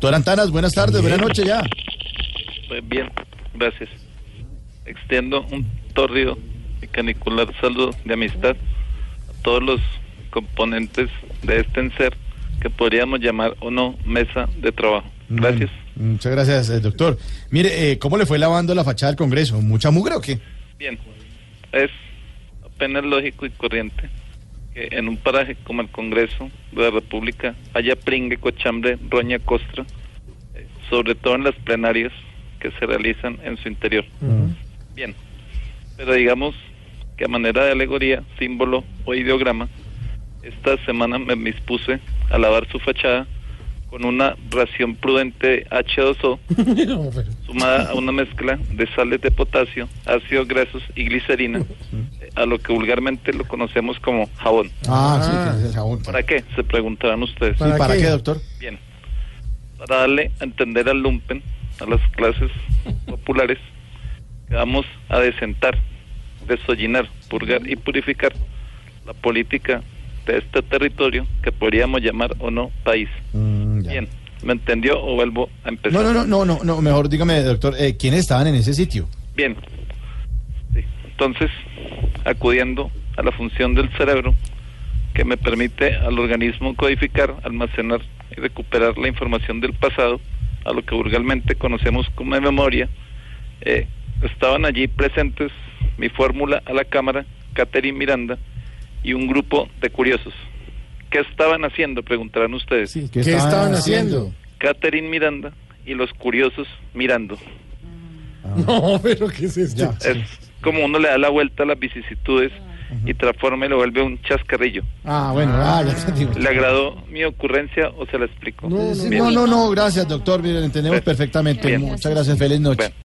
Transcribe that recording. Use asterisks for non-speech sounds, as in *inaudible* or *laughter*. Doctor Antanas, buenas tardes, buenas noches ya. Pues bien, gracias. Extiendo un torrido y canicular saludo de amistad a todos los componentes de este enser que podríamos llamar o no mesa de trabajo. Gracias. Muchas gracias, eh, doctor. Mire, eh, ¿cómo le fue lavando la fachada del Congreso? ¿Mucha mugre o qué? Bien, es apenas lógico y corriente que en un paraje como el Congreso de la República haya pringue, cochambre, roña, costra, eh, sobre todo en las plenarias que se realizan en su interior. Bien, pero digamos que a manera de alegoría, símbolo o ideograma, esta semana me dispuse a lavar su fachada con una ración prudente de H2O sumada a una mezcla de sales de potasio, ácidos grasos y glicerina, eh, a lo que vulgarmente lo conocemos como jabón. Ah, sí, que es jabón. ¿Para qué? Se preguntarán ustedes. ¿Y para qué, doctor? Bien, para darle a entender al lumpen, a las *laughs* clases populares, que vamos a desentar, desollinar, purgar y purificar la política de este territorio que podríamos llamar o no país. Mm, ya. Bien, ¿me entendió o vuelvo a empezar? No, no, no, no, no, no, mejor dígame, doctor, eh, ¿quiénes estaban en ese sitio? Bien. Sí, Entonces, acudiendo a la función del cerebro que me permite al organismo codificar, almacenar y recuperar la información del pasado, a lo que vulgarmente conocemos como memoria, eh, estaban allí presentes mi fórmula a la cámara, Catherine Miranda, y un grupo de curiosos. ¿Qué estaban haciendo? Preguntarán ustedes. ¿Qué, estaban, haciendo? Catherine Miranda y los curiosos mirando. No, pero ¿qué es esto? Ya. Es como uno le da la vuelta a las vicisitudes y transforma y lo vuelve un chascarrillo. Ah, bueno, ah, ya entendí. ¿Le agradó mi ocurrencia o se la explico? No, no, no, gracias, doctor, mire, entendemos Bien. perfectamente. Bien. Muchas gracias, feliz noche. Bueno.